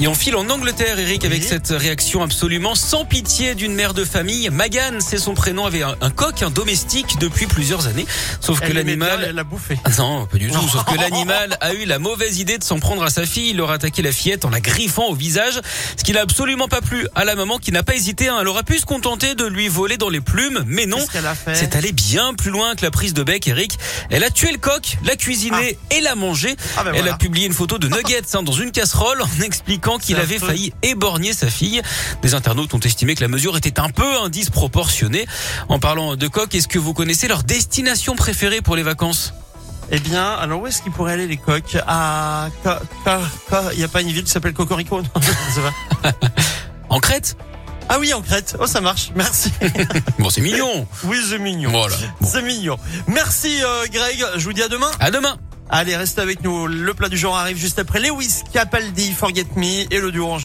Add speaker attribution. Speaker 1: Et on file en Angleterre, Eric, avec
Speaker 2: Oui.
Speaker 1: cette réaction absolument sans pitié d'une mère de famille. Magan, c'est son prénom, avait un, un coq, un domestique depuis plusieurs années. Sauf que
Speaker 2: Elle aimait bien,
Speaker 1: l'animal...
Speaker 2: Elle l'a bouffé.
Speaker 1: Ah Non, pas du tout. Sauf que l'animal a eu la mauvaise idée de s'en prendre à sa fille. Il leur a attaqué la fillette en la griffant au visage, ce qui n'a absolument pas plu à la maman qui n'a pas hésité. hein. Elle aurait pu se contenter de lui voler dans les plumes, mais non.
Speaker 2: Qu'est-ce qu'elle a fait
Speaker 1: C'est allé bien plus loin que la prise de bec, Eric. Elle a tué le coq, l'a cuisiné et l'a mangé.
Speaker 2: Ah ben
Speaker 1: Elle
Speaker 2: voilà.
Speaker 1: a publié une photo de nuggets hein, dans une casserole en expliquant qu'il
Speaker 2: C'est
Speaker 1: avait
Speaker 2: affreux.
Speaker 1: failli éborgner sa fille. Des internautes ont estimé que la mesure était un peu hein, disproportionnée. En parlant de coq, est-ce que vous connaissez leur destination préférée pour les vacances
Speaker 2: Eh bien, alors où est-ce qu'ils pourraient aller les coqs Ah, il n'y a pas une ville qui s'appelle Cocorico non, je sais pas.
Speaker 1: En Crète
Speaker 2: Ah oui, en Crète. Oh, ça marche. Merci.
Speaker 1: Bon, c'est mignon.
Speaker 2: Oui, c'est mignon.
Speaker 1: Voilà. Bon.
Speaker 2: C'est mignon. Merci euh, Greg. Je vous dis à demain.
Speaker 1: À demain.
Speaker 2: Allez, restez avec nous. Le plat du jour arrive juste après. Lewis Capaldi, Forget Me et le duo orange.